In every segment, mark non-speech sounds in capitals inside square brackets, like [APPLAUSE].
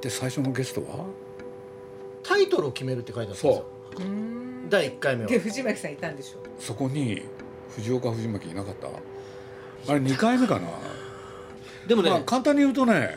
で最初のゲストはタイトルを決めるって書いてあったんですようん第1回目はで藤巻さんいたんでしょそこに藤岡藤巻いなかったあれ2回目かな、でもね、まあ、簡単に言うとね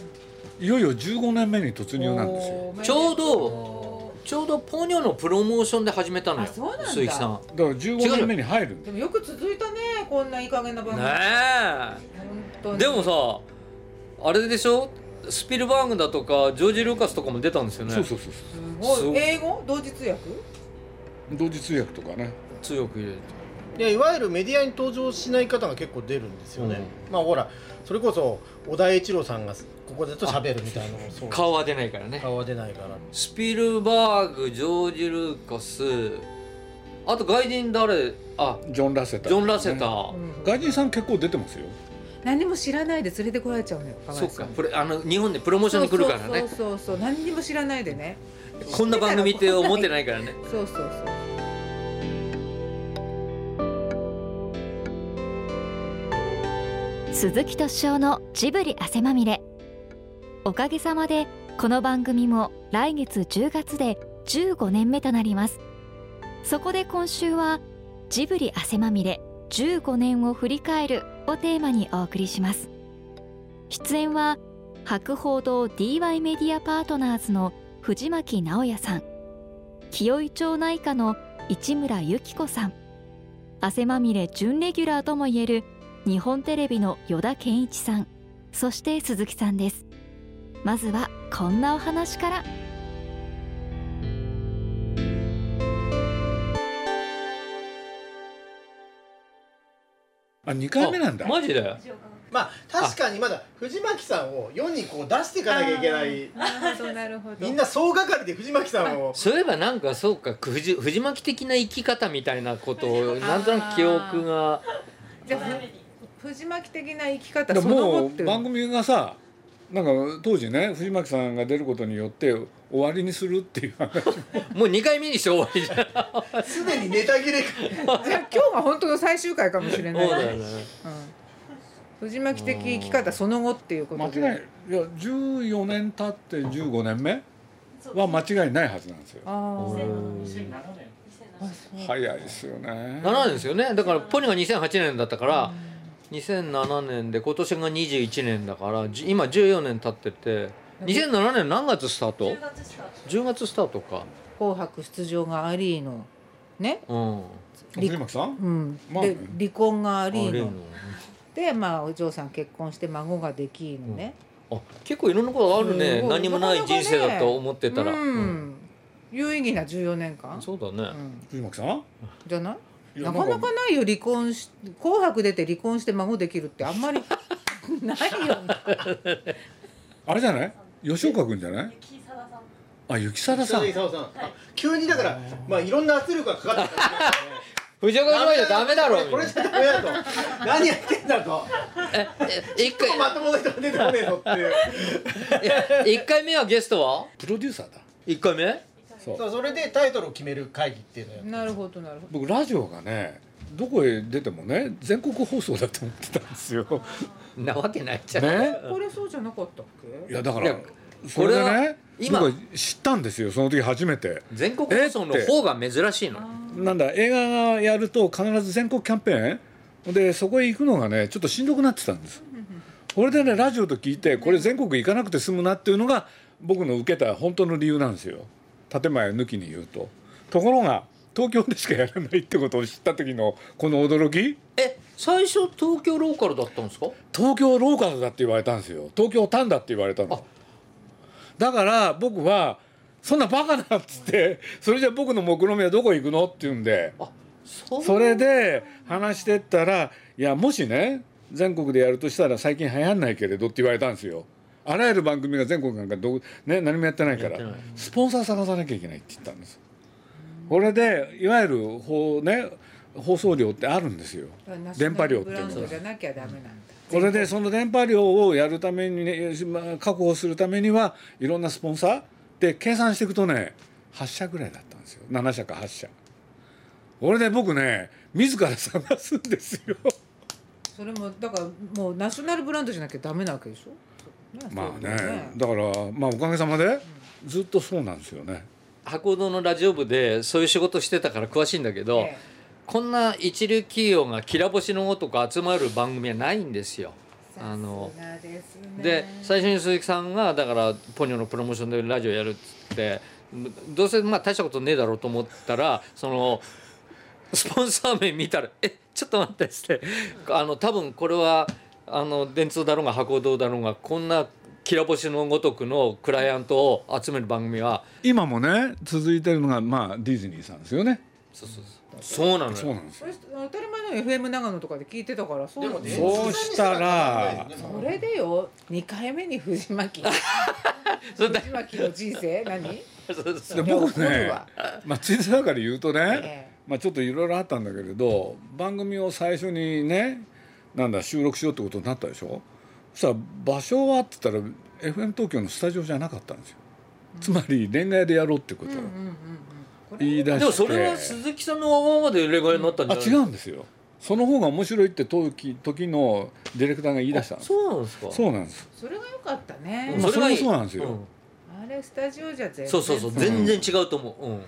いよいよ15年目に突入なんですよおーちょうおどちょうどポニョのプロモーションで始めたのよあそうなんだ鈴木さんだから15年目に入るんーだでよもよく続いたねこんないい加減な番組、ね本当えにでもさあれでしょスピルバーグだとかジョージ・ルーカスとかも出たんですよねそうそうそうそすごいそう英語同時通訳う同時通訳とかね強く入れるでいわゆるメディアに登場しない方が結構出るんですよね、まあほらそれこそ小田栄一郎さんがここでと喋るみたいなのもそうと顔は出ないからね顔は出ないからスピルバーグジョージ・ルーカスあと外人誰あジョン・ラセタージョン・ラセタねー、外人さん結構出てますよ何も知らないで連れてこられちゃうのよそっかプレあの日本でプロモーションに来るからねそうそうそうそう何にも知らないでねこんな番組って思ってないからねそうそうそう鈴木敏夫のジブリ汗まみれおかげさまでこの番組も来月10月で15年目となりますそこで今週はジブリ汗まみれ15年を振り返るをテーマにお送りします出演は博報堂 DY メディアパートナーズの藤巻直也さん清井町内科の市村由紀子さん汗まみれ準レギュラーともいえる日本テレビの依田健一さんそして鈴木さんですまずはこんなお話からあ2回目なんだあマジでまあ確かにまだ藤巻さんを世にこう出していかなきゃいけないなるほどなるほどみんな総がかりで藤巻さん [LAUGHS] をそういえばなんかそうか藤藤巻的な生き方みたいなことをなんとなく記憶がじゃあふ藤巻的な生き方でそのも後うって番組がさなんか当時ね藤巻さんが出ることによって終わりにするっていう話もう2回目にして終わりじゃんすでにネタ切れじゃあ今日が本当の最終回かもしれない、そうだようん、ね藤巻的生き方その後っていうこと間で違いいや14年経って15年目は間違いないはずなんですよああ早いですよね7年ですよねだからポニョが2008年だったから2007年で今年が21年だからじ今14年経ってて2007年何月スタート10月スタートか紅白出場がありのねうん藤巻さんうん、まあねで離婚がああり例ののでまあお嬢さん結婚して孫ができのね、あ結構いろんなことがあるねうん何もない人生だと思ってうたら、ん有意義な14年間そうだね、うん藤巻さんじゃないいやなかなかないよ離婚し「紅白」出て離婚して孫できるってあんま [LAUGHS] りないよねあれじゃない吉岡君じゃないあ雪貞さん沢さんあ急にだからまあいろんな圧力がかかってたんですよね藤岡姉妹じゃダメだろこれじゃダメだと何やってんだとええ一まともな人が出てこねえぞっていう回いや [LAUGHS] 一回目はゲストはプロデューサーだ一回目そうそうそれでタイトルを決める会議っていうのをやってなるほどなるほど僕ラジオがねどこへ出てもね全国放送だと思ってたんですよ。なわけないじゃん、ね、これそうじゃなかったっいけやだかいらやそれでこれはね今僕は知ったんですよその時初めて。全国放送の方が珍しいのなんだ映画がやると必ず全国キャンペーンでそこへ行くのがねちょっとしんどくなってたんです。これでねラジオと聞いてこれ全国行かなくて済むなっていうのが僕の受けた本当の理由なんですよ建前抜きに言うと。ところが東京でしかやらないってことを知った時のこの驚き。え最初東京ローカルだったんですか東京ローカルだって言われたんですよ東京タンだって言われたのだから僕はそんなバカなっつってそれじゃ僕の目論見みはどこ行くのって言うんであそそれで話してったらいやもしね全国でやるとしたら最近流行んないけれどって言われたんですよあらゆる番組が全国なんかどう、ね、何もやってないからやってないスポンサー探さなきゃいけないって言ったんですこれでいわゆる放,、ね、放送料ってあるんですよ電波量っていうナシのがョナルブランドじゃなきゃダメなんだこれでその電波量をやるためにねまあ確保するためにはいろんなスポンサーで計算していくとね8社ぐらいだったんですよ7社か8社これで僕ね自ら探すんですよそれもだからもうナショナルブランドじゃなきゃダメなわけでしょまあねだからまあおかげさまでずっとそうなんですよね博報堂のラジオ部でそういう仕事してたから詳しいんだけど、えこんな一流企業がきら星のごとく集まる番組はないんですよ。えあのさすがですねで最初に鈴木さんがだからポニョのプロモーションでラジオやるっつってどうせまあ大したことねえだろうと思ったらそのスポンサー名見たら「えちょっと待って」っつってあの多分これはあの電通だろうが博報堂だろうがこんなきら星のごとくのクライアントを集める番組は今もね続いてるのがまあディズニーさんですよねそうそうそうそうなのよそうなんですそれ当たり前のように FM 長野とかで聞いてたからそうなんだでもねそうしたらそれでよ2回目に藤 [LAUGHS] 巻それで藤巻の人生何そうそうそうで怒僕るねわ、まあ、ついでだから言うとね、ええまあ、ちょっといろいろあったんだけれど番組を最初にねなんだ収録しようってことになったでしょそしたら場所はって言ったら FM 東京のスタジオじゃなかったんですよつまり恋愛でやろうってことをうんうんうんうんこれ言い出して、でもそれは鈴木さんのわがままで例外になったんじあゃない違うんですよその方が面白いって時時のディレクターが言い出したんですそうなんですかそうなんですそれが良かったねうんまあがいいそれもそうなんですよあれスタジオじゃ全然そうそうそう然全然違うと思う、うん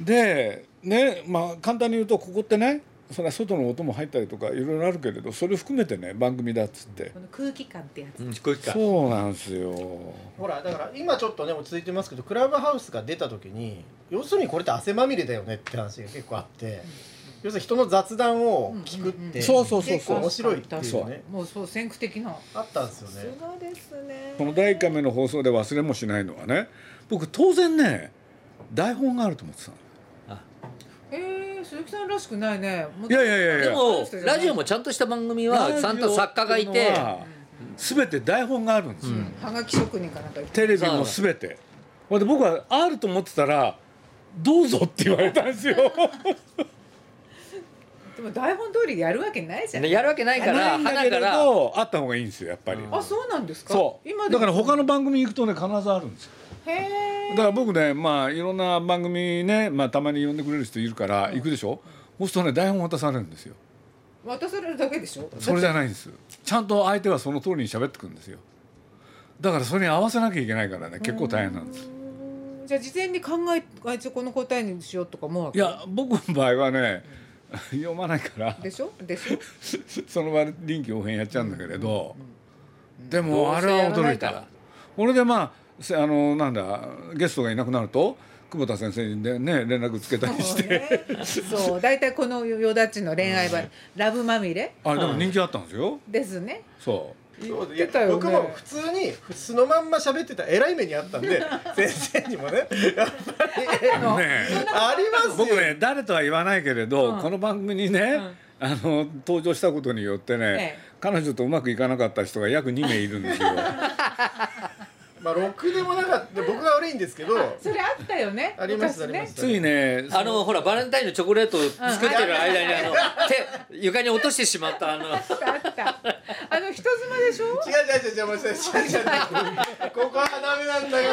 でねまあ簡単に言うとここってねそれは外の音も入ったりとかいろいろあるけれどそれ含めてね番組だっつってこの空気感ってやつ、うん、こういうかそうなんですよほらだから今ちょっとね落ち着いてますけどクラブハウスが出た時に要するにこれって汗まみれだよねって話が結構あって要するに人の雑談を聞くっうんうんてうんそうそうそう結構面白いって確いかにうねもうそう先駆的なあったんですよさねすがですねこの第1回目の放送で忘れもしないのはね僕当然ね台本があると思ってたのえー、鈴木さんらしくないねもいうやいやいやいやでもラジオもちゃんとした番組はちゃんと作家がいてラジオっていうのは全て台本があるんですよ、うんはがき職人かなんか言ってテレビも全てほんで僕はあると思ってたら「どうぞ」って言われたんですよでも台本通りやるわけないじゃん、ねやるわけないからなんだけ花かれらどあった方がいいんですよやっぱり、うんあそうなんですかそう今だから他のの番組行くとね必ずあるんですよへだえから僕ねまあいろんな番組ね、まあ、たまに呼んでくれる人いるから行くでしょ、そうするとね台本渡されるんですよ渡されるだけでしょそれじゃないんですちゃんと相手はその通りに喋ってくるんですよだからそれに合わせなきゃいけないからね結構大変なんですじゃあ事前に考えあいつこの答えにしようとか思うわいけや僕の場合はね読まないからでしょで [LAUGHS] しょその場で臨機応変やっちゃうんだけれど、でどうもあせれはやらな驚いいかたらこれでまあせあのなんだゲストがいなくなると久保田先生にねね連絡つけたりして、そう,、そう大体このよだちの恋愛はラブまみれあれでも人気あったんですよですねそそうで言ってたよね僕も普通に素のまんま喋ってたらえらい目にあったんで先生にもねやっぱりうねえありますよ僕ね誰とは言わないけれど、うんこの番組にね、あの登場したことによってねえ、彼女とうまくいかなかった人が約2名いるんですよまあろくでもなかった僕が悪いんですけどそれあったよねありますあ昔りねますついねあのほらバレンタインのチョコレートを作ってる間にあの手床に落としてしまったあのあったあったあの人妻で [LAUGHS] し違ょう違う違う違う違う違う違うここはダメなんだよ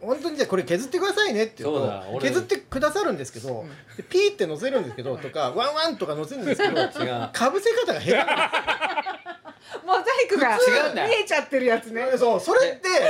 本当にじゃあこれ削ってくださいねって言うそうとだ俺削ってくださるんですけど、でピーって載せるんですけどとかワンワンとか載せるんですけど違うかぶせ方が下手なんでモザイクが違うんだよ見えちゃってるやつねすよそうそれって意味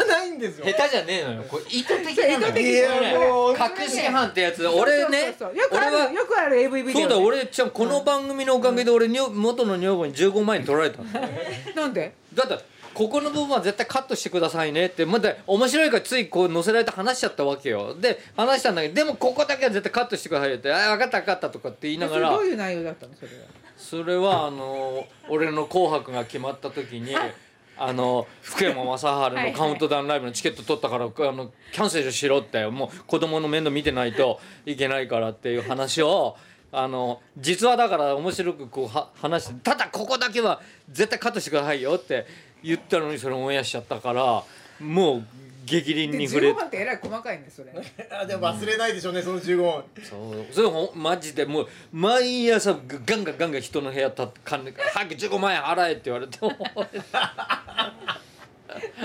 がないんですよ下手じゃねえのよこれ意図的なの意図よ的いやもう確信犯ってやつ俺ねそうそうそうよくあ俺はるよくある AV ビデそオうだ俺ちゃんこの番組のおかげで俺女元の女房に15万円取られたんだよなんでだってここの部分は絶対カットしてくださいねってまだ面白いからついこう載せられて話しちゃったわけよで話したんだけどでもここだけは絶対カットしてくださいよって「あ分かった分かった」とかって言いなそがれらどういう内容だったのそれはそれはあの俺の「紅白」が決まった時に。あの福山雅治のカウントダウンライブのチケット取ったからあのキャンセルしろってもう子供の面倒見てないといけないからっていう話をあの実はだから面白くこうは話してただここだけは絶対カットしてくださいよって言ったのにそれオンエアしちゃったからもうで激凛に触れ15て番ってえらい細かいねそ [LAUGHS] れあでも忘れないでしょうねその15音そうそれほんマジでもう毎朝ガンガンガンガン人の部屋たかんで「早く15万円払え」って言われても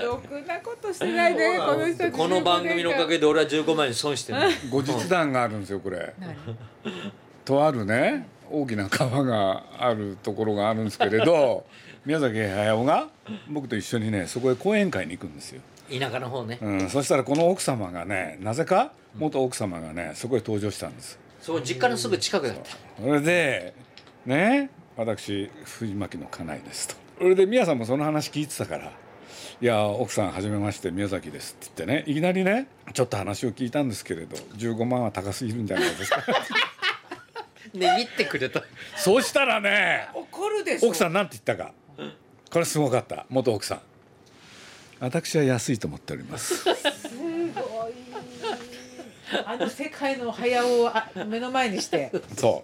ろくなことしてないねこの人たちこの番組のおかげで俺は15万円損してる後日談があるんですよこれ何とあるね大きな川があるところがあるんですけれど宮崎駿が僕と一緒にねそこへ講演会に行くんですよ、田舎の方ねうん、そしたらこの奥様がねなぜか元奥様がねそこへ登場したんですそこ実家のすぐ近くだったそれでね私藤巻の家内ですとそれで宮さんもその話聞いてたから「いや奥さんはじめまして宮崎です」って言ってねいきなりねちょっと話を聞いたんですけれど15万は高すぎるんじゃないです [LAUGHS] かねぎってくれ [LAUGHS] たそうしたらね怒るでしょ奥さんんなんて言ったかこれすごかった元奥さん私は安いと思っており [LAUGHS] ますすごいあの世界の早尾をあ目の前にしてそ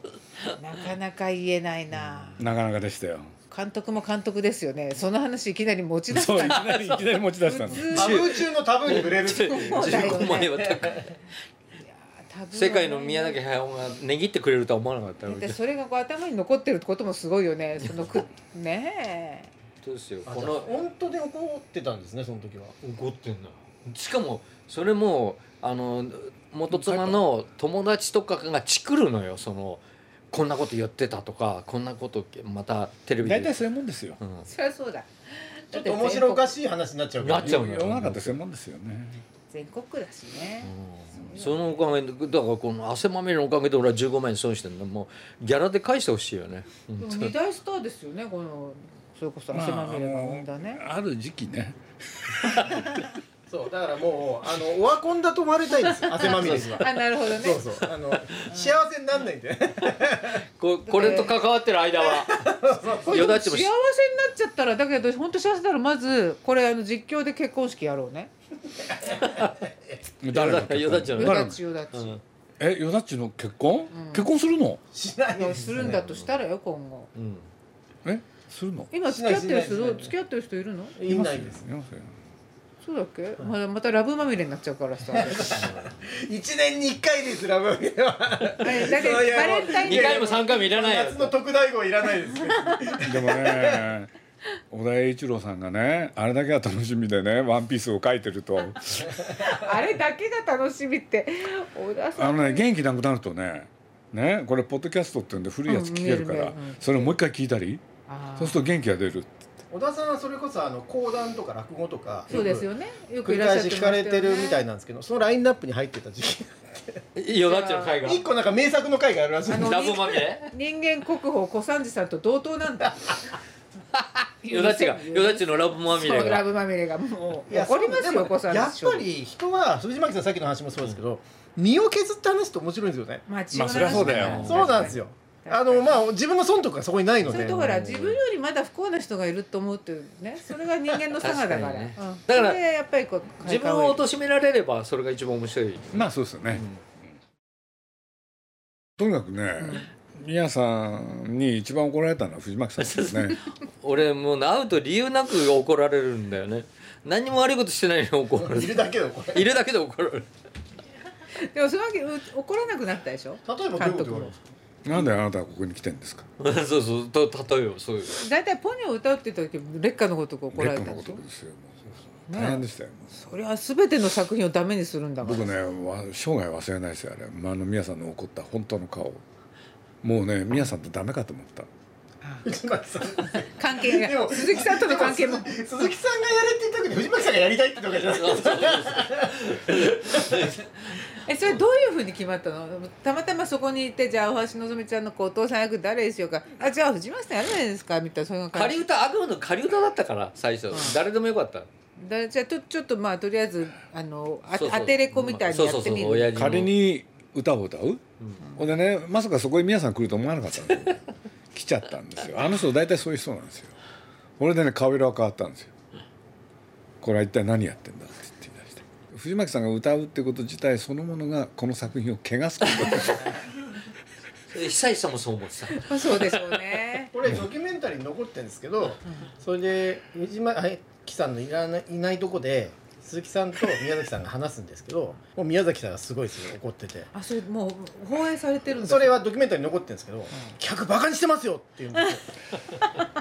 なかなか言えないなうなかなかでしたよ監督も監督ですよねその話いきなり持ち出しそういたきならりいきなり持ち出したんです普タブー中のタブーに触れるっていうそうだよね15万円は高いタブーはね世界の宮崎駿がねぎってくれるとは思わなかっただっのてでそれがこう頭に残ってることもすごいよ [LAUGHS] ねそのくねえそうですよあこじゃあの本当に怒ってたんですねその時は怒ってんだしかもそれもあの元妻の友達とかがチクるのよそのこんなこと言ってたとかこんなことまたテレビ大体で、そういうもんですようん、そりゃそうだちょっと面白おだかってしい話になっちゃうなっちゃう世の中ってそういうもんですよね全国全国だしね、うんそのおかげでだからこの汗まみれのおかげで俺は15万円損してるんだもうギャラで返してほしいよね本で当もに二大スターですよねこのそれこそ汗まみれが生んだ [LAUGHS] ね、ある時期ねそうだからもうあのオワコンだと思われたいん [LAUGHS] ですよ汗まみれにはあなるほどねそうそうあの幸せになんないんでここれと関わってる間はこれでもよだ幸ちせもにしなっちゃったらだけど本当幸せならまずこれあの実況で結婚式やろうね誰がよだっちゃうよの誰だがちよだち、うんえよだっちの結婚、結婚するのしないいやですするんだとしたらよ今後うんえするの今付き合ってるしないしない人付き合ってる人いるのいないですいますよそうだっけ、まだまたラブまみれになっちゃうからさあ一年に一回ですラブマミレはれだけどそういやバレンタインデ2ー回も3回もいらないよ夏の特大号いらないですねでもね小田栄一郎さんがねあれだけは楽しみでね「ワンピースを描いてるとあれだけが楽しみって小田さあんのね元気なくなるとねねこれポッドキャストっていうんで古いやつ聞けるから、うん見えるねうんそれをもう一回聞いたりあーそうすると元気が出る小田さんはそれこそあの講談とか落語とかそうですよねよく繰いりらっしゃ返しって聞かれてるみたいななんですけどそのラインナップに入ってた時期よだっちの会が一個なんか名作の回があるらしいんですあラブまみれ人間国宝小三治さんと同等なんだ [LAUGHS] よだちがよだちのラブまみれそうラがブまみれがもういや怒りますでよも小三治やっ師匠ぱり人は藤巻さんさっきの話もそうですけど、身を削った話って面白いんですよね、まあ、血をまあそりゃそうだよ流してねそうなんですよあ確かにのまあ自分の損とかそこにないのそでれとほら自分よりまだ不幸な人がいると思うっていうねそれが人間の差がだから確かにねうんだからそれやっぱりこう自分を貶められればそれが一番面白いまあそうですよね、んとにかくね、ミヤさんに一番怒られたのは藤巻さんですね俺もう会うと理由なく怒られるんだよね何も悪いことしてないのに怒られいるるだけどこれいるだけで怒られるでもそのわけう怒らなくなったでしょ例えばどういう監こと督があもるんですかなんであなたはここに来てんですか [LAUGHS] そうそうと例えばそういう大体ポニョを歌うって言った時劣化のごとく怒らレれッたドのでことしょですよもうそうそうね大変でしたよ、もうそれは全ての作品をダメにするんだから僕ねわ生涯忘れないですよあれ、まあ、あの宮さんの怒った本当の顔もうね宮さんとダメかと思った藤巻さん関係でがも鈴木さんとの関係もで鈴木さんがやれって言ったわけで藤巻さんがやりたいって言ったわけじゃないそうそうえそれどういうふうに決まったのたまたまそこにいてじゃあ大橋のぞみちゃんのこうお父さん役誰にしようかあじゃあ藤巻さんやるじゃないですかみたいなそういう感仮じ歌悪夢の仮歌だったから最初誰でもよかっただじゃあとちょっとまあとりあえずあのあそうそう当てれこみたいにやってみそうそうそう親る父の仮に歌を歌う、ほんでねまさかそこへ宮さん来ると思わなかったんで [LAUGHS] 来ちゃったんですよあの人大体そういう人なんですよ俺でね顔色は変わったんですよこれは一体何やってんだって言って言い出して藤巻さんが歌うってこと自体そのものがこの作品を汚すこと [LAUGHS] だと久石さんもそう思ってたまあそうでしょうね [LAUGHS] これドキュメンタリーに残ってるんですけど、それで藤巻さんのいらないいないとこで鈴木さんと宮崎さんが話すんですけどもう宮崎さんがすごいですよ怒っててあそれもう放映されてるんだそれはドキュメンタリーに残ってるんですけど「客バカにしてますよ」って言うんですよ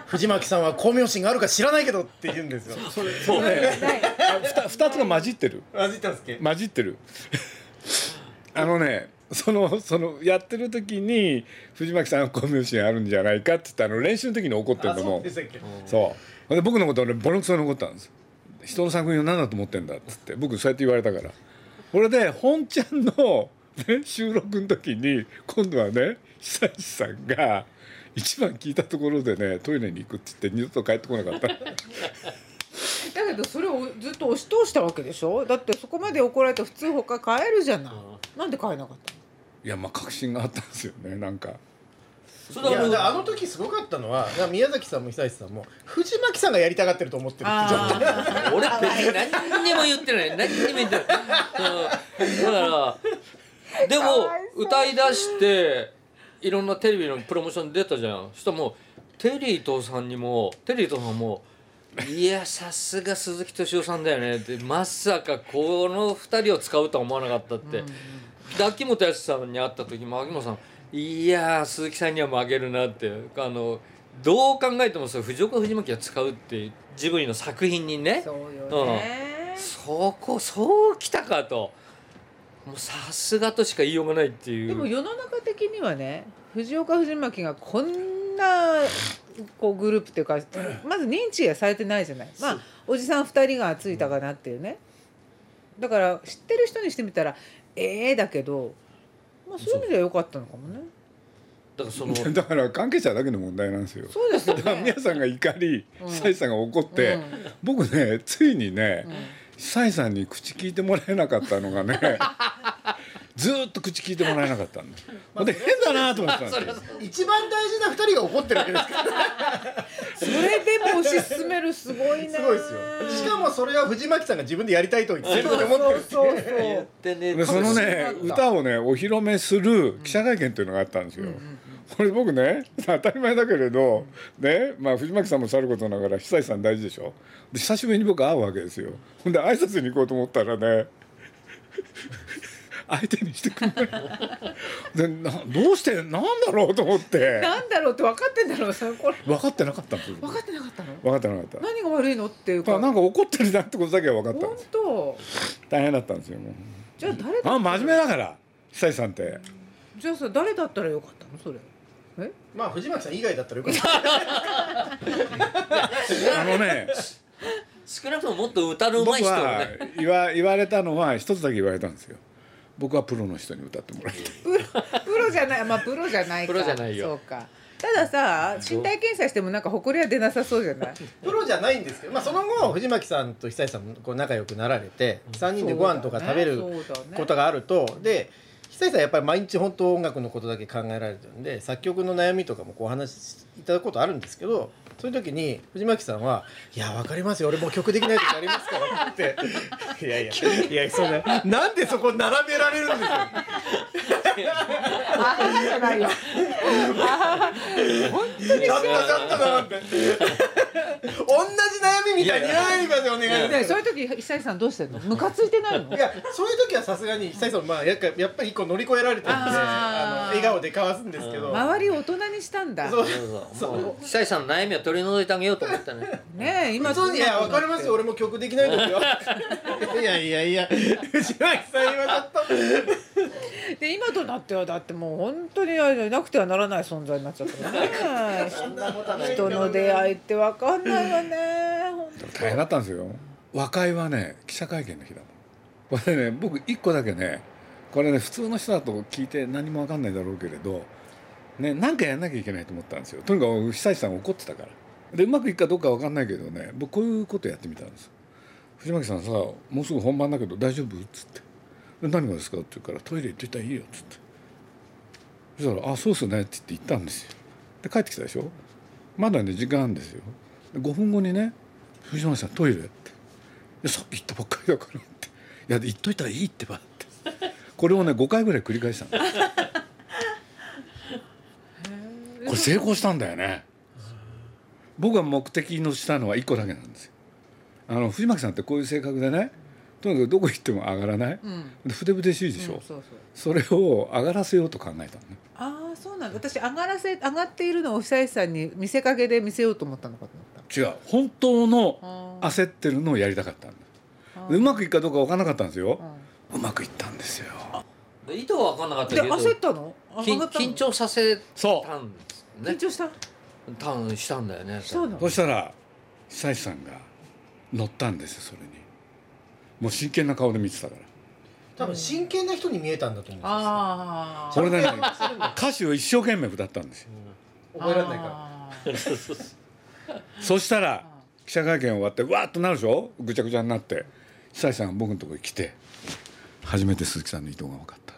藤巻さんは光明心があるか知らないけどって言うんですよそれそうねないあふた二つが混じってる混じってますっけ混じってる [LAUGHS] あのねそのそのやってる時に藤巻さんはコミュ障あるんじゃないかって言ってあの練習の時に怒ってるのそうもでしたっけそうほんで僕のこと俺ボロクソに怒ったんです人の作品を何だと思ってんだっつって僕そうやって言われたからこれで本ちゃんの、ね、収録の時に今度はね久石さんが一番聞いたところでねトイレに行くって言って二度と帰ってこな [LAUGHS] かっただけどそれをずっと押し通したわけでしょだってそこまで怒られて普通他買えるじゃない、なんで買えなかったのいやまあ確信があったんですよねなんかそいれやはだからあの時すごかったのはだから宮崎さんも久石さんも藤巻さんがやりたがってると思ってるって状態あもう [LAUGHS] 俺って何にも言ってない何にも言ってないそうだからでも歌い出していろんなテレビのプロモーション出たじゃんそしたらもうテリー伊藤さんにもテリー伊藤さんも「いやさすが鈴木敏夫さんだよね」ってまさかこの2人を使うとは思わなかったって。秋元康さんに会った時も秋元さん「いやー鈴木さんには負けるな」ってあのどう考えてもそう藤岡藤巻が使うってジブリの作品にね [LAUGHS] そうよねう、そこそうきたかともうさすがとしか言いようがないっていうでも世の中的にはね藤岡藤巻がこんなこうグループ [CLEARS THROAT] っていうかまず認知がされてないじゃないまあおじさん2人がついたかなっていうねだから知ってる人にしてみたらええだけど、まあ、そういう意味では良かったのかもねだからその [LAUGHS] だから関係者だけの問題 [LAUGHS] なんですよそうですよだからね皆さんが怒りうん久石さんが怒って、僕ねついにね、うんうん久井さんに口聞いてもらえなかったのが [LAUGHS] ねずーっと口聞いてもらえなかったんです、ほんで変だなと思ってたんですよ一番大事な2人が怒ってるわけです [LAUGHS] からそれでも推し進めるすごいなすごいですよしかもそれは藤巻さんが自分でやりたいと言ってるそうとそ思ってるうそう言そっうてねでそのね歌をねお披露目する記者会見というのがあったんですよ、これ僕ね当たり前だけれど、ねまあ、藤巻さんもさることながら久井さん大事でしょで久しぶりに僕会うわけですよほんで挨拶に行こうと思ったらね [LAUGHS] 相手にしてくれないでなどうしてなんだろうと思ってなんだろうって分かってんだろうそれこれ分かってなかったんですよ分かってなかったの分かってなかった何が悪いのっていうまかあなんか怒ってるなってことだけは分かったん本です当大変だったんですよもうじゃあ誰だあ真面目だから久石さんってじゃあさ誰だったらよかったのそれえまあ藤巻さん以外だったらよかったあのね少なくとももっと歌の上僕手い人をはね言わ言われたのは一つだけ言われたんですよ僕はプロの人に歌ってもらいたいプロプロじゃないまあプロじゃないかプロじゃないよそうかたださ身体検査してもなんか埃は出なさそうじゃないプロじゃないんですけど、まあ、その後藤巻さんと久石さんもこう仲良くなられて3人でご飯とか食べるそうだねことがあるとで久石さんやっぱり毎日本当音楽のことだけ考えられてるんで作曲の悩みとかもこうお話しいただくことあるんですけどそういう時に藤巻さんは「いやわかりますよ俺もう曲できない時ありますから」 [LAUGHS] って「いやいやいやそんななんでそこ並べられるんですかあははじゃないよちょっとちょっとなん [LAUGHS] て同じ悩みみたいに言わないでくださいお願いねそういう時久石さんどうしてんのムカついてないのいやそういう時はさすがに久井さんまあやっかやっぱり一個乗り越えられてるんであのあー笑顔でかわすんですけど、周りを大人にしたんだそうそうそうもう久石さんの悩みを取り除いてあげようと思ったねねえ今普通に「いや分かりますよ俺も曲できないですよ」 [LAUGHS] いやいやいや藤巻さん今ちょっとで今となってはだってもう本当にあれなくてはならない存在になっちゃったもんね人の出会いってわかんないよね本大変だったんですよ和解はね記者会見の日だもんこれね僕一個だけねこれね普通の人だと聞いて何も分かんないだろうけれどねなんかやんなきゃいけないと思ったんですよとにかく久石さん怒ってたからでうまくいくかどうか分かんないけどね僕こういうことやってみたんです藤巻さんさもうすぐ本番だけど大丈夫っつってで何がですかって言うからトイレ行っといたらいいよっつってそしたら「あそうっすね」って言って行ったんですよで帰ってきたでしょまだね時間あるんですよで5分後にね「藤巻さんトイレ?」っていや「さっき行ったばっかりだから」って「いや行っといたらいいってば」ってこれをね5回ぐらい繰り返したんですこれ成功したんだよね僕が目的のしたのは1個だけなんですよあの藤巻さんってこういう性格でねとにかくどこ行っても上がらない、当うんでふてぶてしいでしょ、うんそうそそうれを上がらせようと考えたのねああそうなんだ私上がらせ上がっているのを久石さんに見せかけで見せようと思ったのかと思った違う本当のあ焦ってるのをやりたかったんだあでうまくいくかどうか分からなかったんですようんうまくいったんですよで意図は分かんなかったでけど焦ったのあ緊上がったの緊張させそたんですよ緊ね張した多分したんだよねそうなうそのしたら久石さんが乗ったんですよそれにもう真剣な顔で見てたから多分真剣な人に見えたんだと思うんですよあこれねするんだ歌詞を一生懸命歌ったんですよー覚えられないかららそしたら記者会見終わってわーっとなるでしょぐちゃぐちゃになって久石さんが僕のところに来て初めて鈴木さんの意図が分かった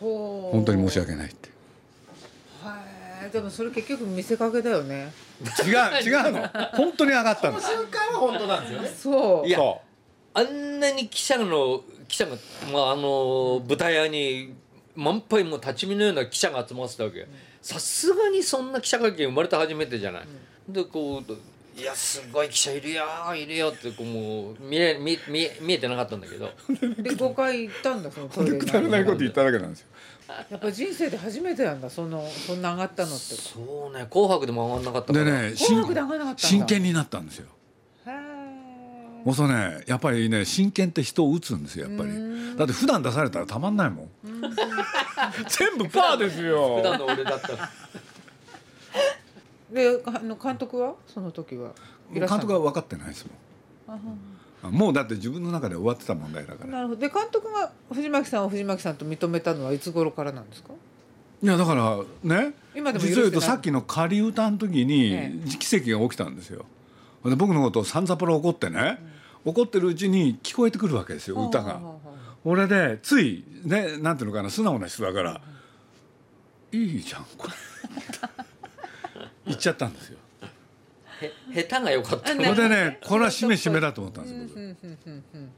本本当に申し訳ないってはいでもそれ結局見せかけだよね違う違うの本当に上がったんです瞬間は本当なんですよねそういやそあんなに記者の記者が、まあ、あの舞台裏に満杯もう立ち見のような記者が集まってたわけさすがにそんな記者会見生まれて初めてじゃない、でこう「いやすごい記者いるよいるよ」ってこうもう見え見見え見えてなかったんだけどで5回行ったんだそのトうイレでにくだらないこと言っただけなんですよやっぱ人生で初めてなんだそのそんな上がったのってそうね「紅白」でも上がんなかったかでらね紅白で上がらなかったんだ真剣になったんですよへもうそうねやっぱりね真剣って人を打つんですよやっぱりうんだって普段出されたらたまんないもん全部パーですよ普段の俺だったらえであの監督はその時は監督はは分かってないですもんもうだって自分の中で終わってた問題だからなるほどで監督が藤巻さんを藤巻さんと認めたのはいつ頃からなんですかいやだからね今でも許して実ないを言うとさっきの仮歌の時えに奇跡が起きたんですよで僕のことをさんざぽら怒ってね怒ってるうちに聞こえてくるわけですよ歌はがあはあはあ俺でついねなんていうのかな素直な人だから「いいじゃん [LAUGHS] これ」言っちゃったんですよへ下手が良かったあこなれでるねこれはしめしめだと思ったんです僕だかうんうんうんうん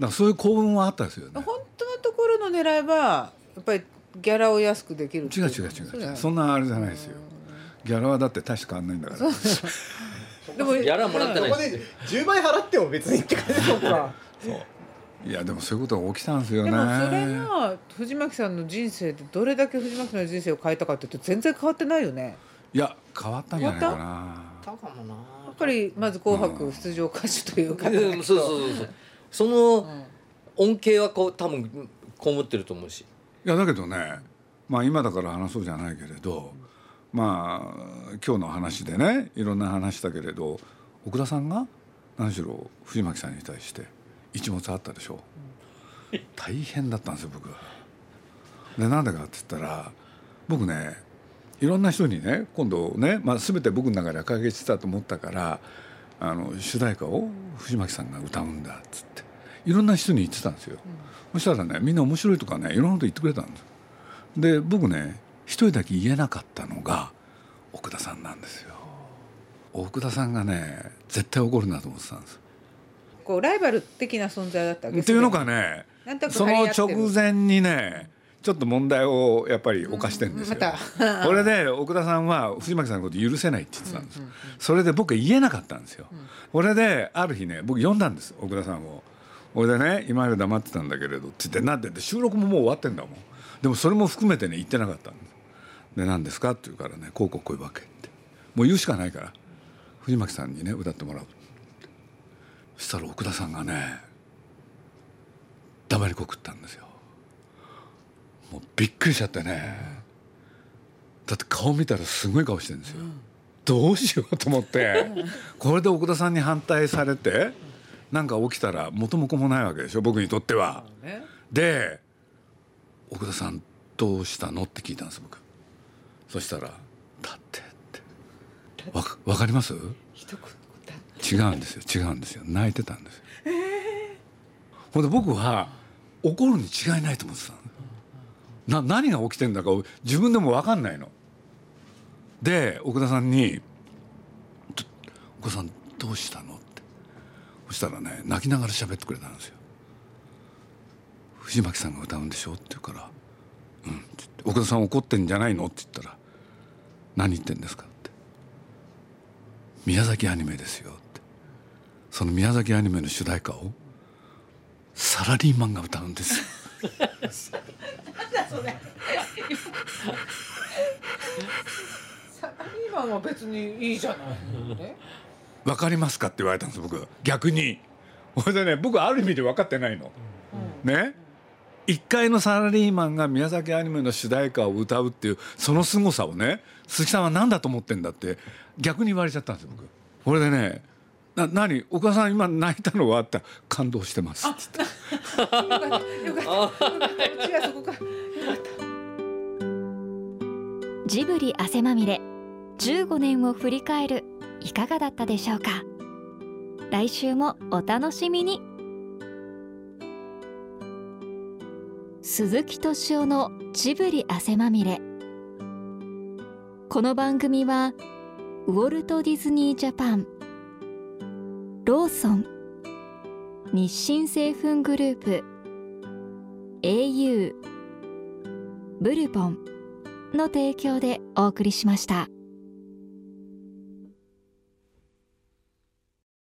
らそういう幸運はあったですようんね本当のところの狙いはやっぱりギャラを安くできる違う違う違う違うそんなあれじゃないですよギャラはだって大して変わんないんだからでもやらもらってないここで10倍払っても別にって感じですもんかいやでもそういうことが起きたんですよでねもそれが藤巻さんの人生でどれだけ藤巻さんの人生を変えたかって言うと全然変わってないよねいや変わったんじゃないかなたかもなやっぱりまず「紅白」出場歌手というか、うんそうそうそうそうその恩恵はこう多分こもってると思うしいやだけどねまあ今だから話そうじゃないけれどまあ今日の話でねいろんな話だけれど奥田さんが何しろ藤巻さんに対して一物あったでしょ大変だったんですよ僕は。でなんでかって言ったら僕ねいろんな人にね今度ね、まあ、全て僕の中では解決したと思ったからあの主題歌を藤巻さんが歌うんだっつっていろんな人に言ってたんですよ、そしたらねみんな面白いとかねいろんなこと言ってくれたんですで僕ね一人だけ言えなかったのが奥田さんなんですよ奥田さんがね絶対怒るなと思ってたんですこうライバル的な存在だったわけっていうのがねなんとなくその張り合ってる直前にねちょっと問題をやっぱり犯してるんですよ、うん [LAUGHS] まこれで奥田さんは藤巻さんのこと許せないって言ってたんです、それで僕は言えなかったんですよ、これである日ね僕呼んだんです奥田さんを俺でね今まで黙ってたんだけれどって言ってなんでって収録ももう終わってんだもんでもそれも含めてね言ってなかったんですで何ですかって言うからねこうこうこういうわけってもう言うしかないから藤巻さんにね歌ってもらうそしたら奥田さんがね黙りこくったんですよもうびっくりしちゃってねだって顔見たらすごい顔してるんですよ、どうしようと思ってこれで奥田さんに反対されてなんか起きたら元も子もないわけでしょ僕にとっては。ねで奥田さんどうしたのって聞いたんです僕そしたら「だって」ってわかわかります一言だっ違うんですよ違うんですよ泣いてたんですよ、ほんで僕は怒るに違いないと思ってたのな何が起きてんだか自分でも分かんないので奥田さんに「ちょ奥田さんどうしたの?」ってそしたらね泣きながら喋ってくれたんですよ「藤巻さんが歌うんでしょ?」って言うから「うん」って言って奥田さん怒ってんじゃないの?」って言ったら「何言ってんですか?」って宮崎アニメですよってその宮崎アニメの主題歌をサラリーマンが歌うんですよサラリーマンは別にいいじゃない、ね、わかりますかって言われたんです僕逆にそれでね僕ある意味で分かってないの、ね1階のサラリーマンが宮崎アニメの主題歌を歌うっていうその凄さをね鈴木さんは何だと思ってんだって逆に言われちゃったんですよ僕これでね「な何岡さん今泣いたのは?」って感動してます」って言ってよかったよかったよか [LAUGHS] ったうちはそこかよかったジブリ汗まみれ15年を振り返るいかがだったでしょうか来週もお楽しみに鈴木敏夫のジブリ汗まみれこの番組はウォルト・ディズニー・ジャパンローソン日清製粉グループ au ブルボンの提供でお送りしました。